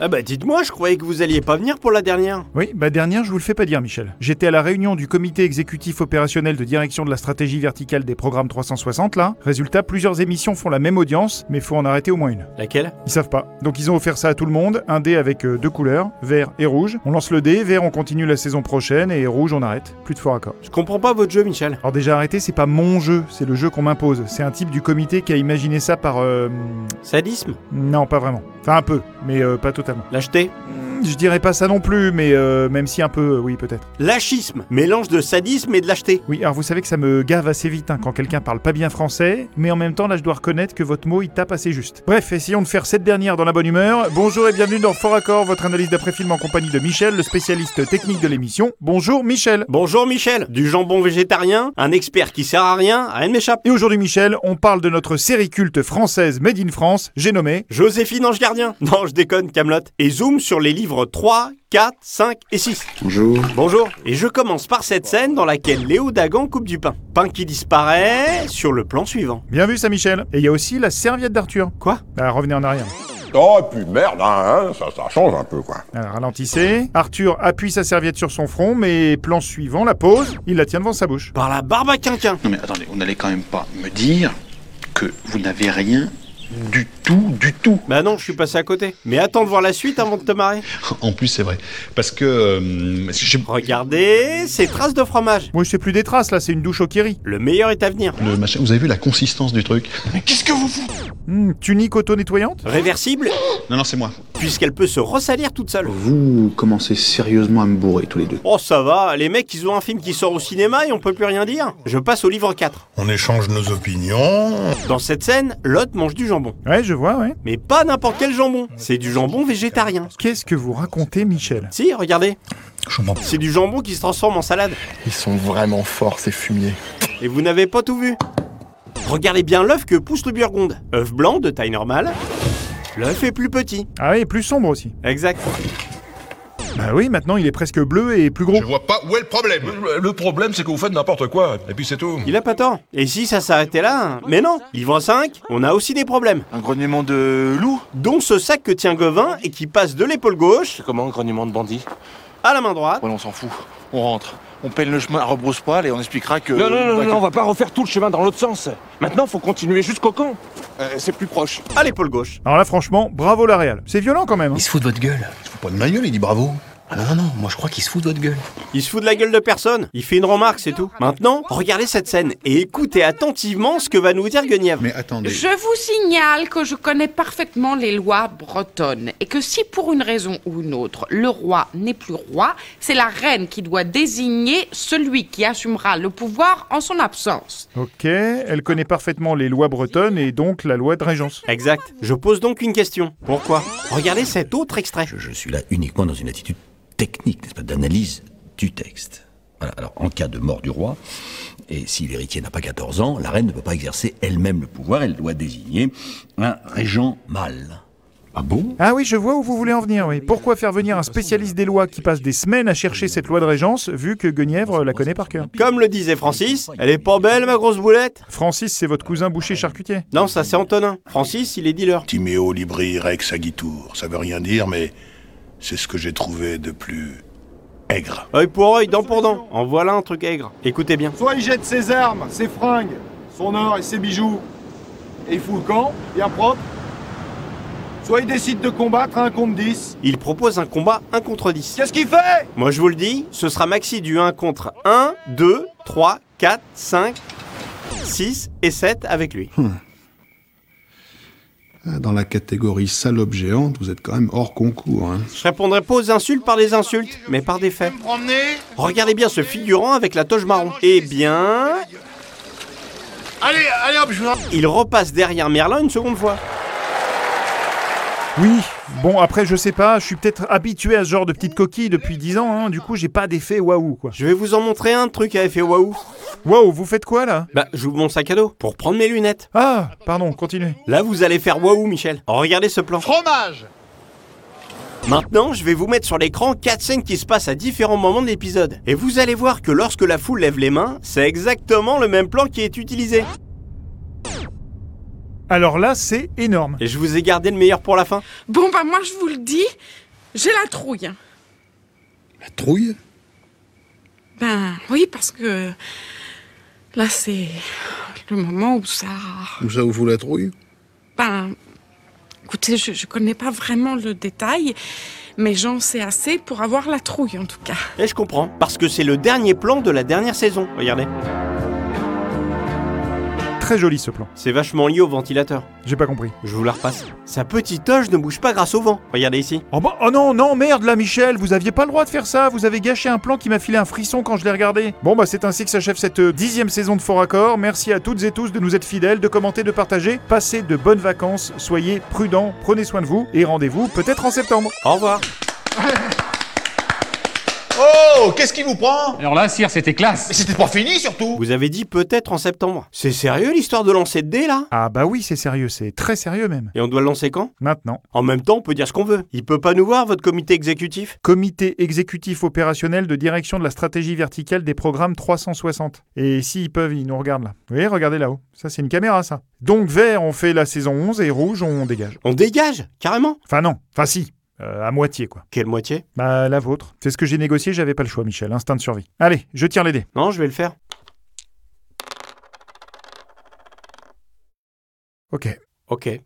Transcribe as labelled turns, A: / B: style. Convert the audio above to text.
A: Ah bah dites-moi, je croyais que vous alliez pas venir pour la dernière.
B: Oui, bah dernière, je vous le fais pas dire, Michel. J'étais à la réunion du comité exécutif opérationnel de direction de la stratégie verticale des programmes 360, là. Résultat, plusieurs émissions font la même audience, mais faut en arrêter au moins une.
A: Laquelle
B: Ils savent pas. Donc ils ont offert ça à tout le monde, un dé avec euh, deux couleurs, vert et rouge. On lance le dé, vert on continue la saison prochaine, et rouge on arrête. Plus de fort accord.
A: Je comprends pas votre jeu, Michel.
B: Alors déjà arrêté, c'est pas mon jeu, c'est le jeu qu'on m'impose. C'est un type du comité qui a imaginé ça par... euh,
A: Sadisme
B: Non, pas vraiment. Enfin un peu, mais euh, pas totalement.
A: Lâcheté
B: Je dirais pas ça non plus, mais euh, même si un peu, euh, oui peut-être.
A: Lâchisme Mélange de sadisme et de lâcheté.
B: Oui, alors vous savez que ça me gave assez vite hein, quand quelqu'un parle pas bien français, mais en même temps là je dois reconnaître que votre mot il tape assez juste. Bref, essayons de faire cette dernière dans la bonne humeur. Bonjour et bienvenue dans Fort Accord, votre analyse d'après-film en compagnie de Michel, le spécialiste technique de l'émission. Bonjour Michel
A: Bonjour Michel, du jambon végétarien, un expert qui sert à rien, rien ne m'échappe.
B: Et aujourd'hui Michel, on parle de notre série culte française Made in France, j'ai nommé...
A: Joséphine Ange Gardien. Non, je déconne, Camelot. Et zoom sur les livres 3, 4, 5 et 6.
C: Bonjour.
A: Bonjour. Et je commence par cette scène dans laquelle Léo Dagan coupe du pain. Pain qui disparaît sur le plan suivant.
B: Bien vu ça Michel Et il y a aussi la serviette d'Arthur.
A: Quoi
B: Ah, revenez en arrière.
C: Oh, et puis merde, hein, hein, ça, ça change un peu, quoi.
B: Alors, Ah, ralentissez. Arthur appuie sa serviette sur son front, mais plan suivant, la pose, il la tient devant sa bouche.
A: Par la barbe à quinquin.
D: Non mais attendez, vous n'allez quand même pas me dire que vous n'avez rien du tout, du tout.
A: Bah non, je suis passé à côté. Mais attends de voir la suite avant de te marrer.
E: En plus, c'est vrai. Parce que. euh, j'ai-
A: Regardez ces traces de fromage.
B: Moi, je sais plus des traces, là, c'est une douche au kiri.
A: Le meilleur est à venir.
E: le machin- vous avez vu la consistance du truc
B: Hmm, tunique auto-nettoyante
A: Réversible,
E: Non, non, c'est moi.
A: puisqu'elle peut se ressalir toute seule.
F: Vous commencez sérieusement à me bourrer tous les deux.
A: Oh ça va, les mecs ils ont un film qui sort au cinéma et on peut plus rien dire. Je passe au livre 4.
G: On échange nos opinions.
A: Dans cette scène, l'hôte mange du jambon.
B: Ouais, je vois, ouais.
A: Mais pas n'importe quel jambon, c'est du jambon végétarien.
B: Qu'est-ce que vous racontez, Michel
A: Si, regardez,
E: Je m'en
A: c'est du jambon qui se transforme en salade.
H: Ils sont vraiment forts ces fumiers.
A: Et vous n'avez pas tout vu. Regardez bien l'œuf que pousse le burgonde. œuf blanc de taille normale. L'œuf est plus petit.
B: Ah oui, plus sombre aussi.
A: Exact.
B: Bah oui, maintenant, il est presque bleu et plus gros.
G: Je vois pas où est le problème.
C: Le problème, c'est que vous faites n'importe quoi, et puis c'est tout.
A: Il a pas tort. Et si ça s'arrêtait là hein Mais non, livre 5, on a aussi des problèmes.
H: Un grognement de loup
A: Dont ce sac que tient Gauvin et qui passe de l'épaule gauche
H: Comment un grognement de bandit
A: à la main droite.
H: Ouais, on s'en fout. On rentre. On peine le chemin à rebrousse-poil et on expliquera que.
I: Non, non, non, non, on va pas refaire tout le chemin dans l'autre sens. Maintenant, faut continuer jusqu'au camp.
H: Euh, c'est plus proche.
A: à l'épaule gauche.
B: Alors là, franchement, bravo la Real. C'est violent quand même. hein.
J: Il se fout de votre gueule.
E: Il se fout pas de ma gueule, il dit bravo.
J: Ah non, non, non, moi je crois qu'il se fout de votre gueule.
A: Il se fout de la gueule de personne, il fait une remarque, c'est tout. Maintenant, regardez cette scène et écoutez attentivement ce que va nous dire Guenièvre.
E: Mais attendez.
K: Je vous signale que je connais parfaitement les lois bretonnes et que si pour une raison ou une autre, le roi n'est plus roi, c'est la reine qui doit désigner celui qui assumera le pouvoir en son absence.
B: Ok, elle connaît parfaitement les lois bretonnes et donc la loi de régence.
A: Exact. Je pose donc une question. Pourquoi Regardez cet autre extrait.
J: Je, je suis là uniquement dans une attitude technique, n'est-ce pas, d'analyse du texte. Voilà, alors en cas de mort du roi, et si l'héritier n'a pas 14 ans, la reine ne peut pas exercer elle-même le pouvoir, elle doit désigner un régent mâle. Ah bon
B: Ah oui, je vois où vous voulez en venir, oui. Pourquoi faire venir un spécialiste des lois qui passe des semaines à chercher cette loi de régence, vu que Guenièvre Ah, la connaît par cœur
A: Comme le disait Francis, elle est pas belle ma grosse boulette
B: Francis, c'est votre cousin boucher charcutier.
A: Non, ça c'est Antonin. Francis, il est dealer.
G: Timéo Libri Rex Agitur. Ça veut rien dire, mais c'est ce que j'ai trouvé de plus aigre.
A: Œil pour œil, dent pour dent. En voilà un truc aigre. Écoutez bien.
I: Soit il jette ses armes, ses fringues, son or et ses bijoux, et il fout le camp, bien propre. Soit il décide de combattre un contre 10.
A: Il propose un combat 1 contre 10.
I: Qu'est-ce qu'il fait
A: Moi je vous le dis, ce sera maxi du 1 contre 1, 2, 3, 4, 5, 6 et 7 avec lui.
C: Euh, Dans la catégorie salope géante, vous êtes quand même hors concours, hein.
A: Je répondrai pas aux insultes par des insultes, mais par des faits.
G: Promener
A: Regardez bien ce figurant avec la toge marron. Eh bien,
G: Allez, allez hop, je vous
A: il repasse derrière Merlin une seconde fois.
B: Oui, bon après je sais pas, je suis peut-être habitué à ce genre de petite coquille depuis 10 ans, hein, du coup j'ai pas d'effet waouh quoi.
A: Je vais vous en montrer un truc à effet waouh.
B: Waouh, vous faites quoi là
A: Bah, j'ouvre mon sac à dos pour prendre mes lunettes.
B: Ah, pardon, continuez.
A: Là, vous allez faire waouh, Michel. Oh, Regardez ce plan.
G: Fromage
A: Maintenant, je vais vous mettre sur l'écran quatre scènes qui se passent à différents moments de l'épisode. Et vous allez voir que lorsque la foule lève les mains, c'est exactement le même plan qui est utilisé.
B: Alors là, c'est énorme.
A: Et je vous ai gardé le meilleur pour la fin.
K: Bon, bah moi, je vous le dis, j'ai la trouille.
E: La trouille
K: Ben oui, parce que là, c'est le moment où ça...
E: Comme ça, vous fout la trouille
K: Ben, écoutez, je, je connais pas vraiment le détail, mais j'en sais assez pour avoir la trouille, en tout cas.
A: Et je comprends, parce que c'est le dernier plan de la dernière saison. Regardez.
B: Très joli ce plan.
A: C'est vachement lié au ventilateur.
B: J'ai pas compris.
A: Je vous la repasse. Sa petite toge ne bouge pas grâce au vent. Regardez ici.
B: Oh, bah- oh non, non, merde là, Michel, vous aviez pas le droit de faire ça. Vous avez gâché un plan qui m'a filé un frisson quand je l'ai regardé. Bon, bah c'est ainsi que s'achève cette euh, dixième saison de Fort Accord. Merci à toutes et tous de nous être fidèles, de commenter, de partager. Passez de bonnes vacances, soyez prudents, prenez soin de vous et rendez-vous peut-être en septembre.
A: Au revoir.
E: Oh Qu'est-ce qui vous prend
L: Alors là, Sire, c'était classe.
E: Mais c'était pas fini surtout
A: Vous avez dit peut-être en septembre. C'est sérieux l'histoire de lancer de dés là
B: Ah bah oui, c'est sérieux, c'est très sérieux même.
A: Et on doit le lancer quand
B: Maintenant,
A: En même temps, on peut dire ce qu'on veut. Il peut pas nous voir, votre comité exécutif
B: comité exécutif opérationnel de direction de la stratégie verticale des programmes 360. Et s'ils peuvent, ils nous regardent là. Vous voyez, regardez là-haut. Ça, c'est une caméra, ça. Donc vert, on fait la saison 11 et rouge, on dégage.
A: On dégage, carrément.
B: Enfin non, enfin si. Euh, à moitié, quoi.
A: Quelle moitié
B: Bah, la vôtre. C'est ce que j'ai négocié, j'avais pas le choix, Michel. Instinct de survie. Allez, je tire les dés.
A: Non, je vais le faire.
B: Ok.
A: Ok.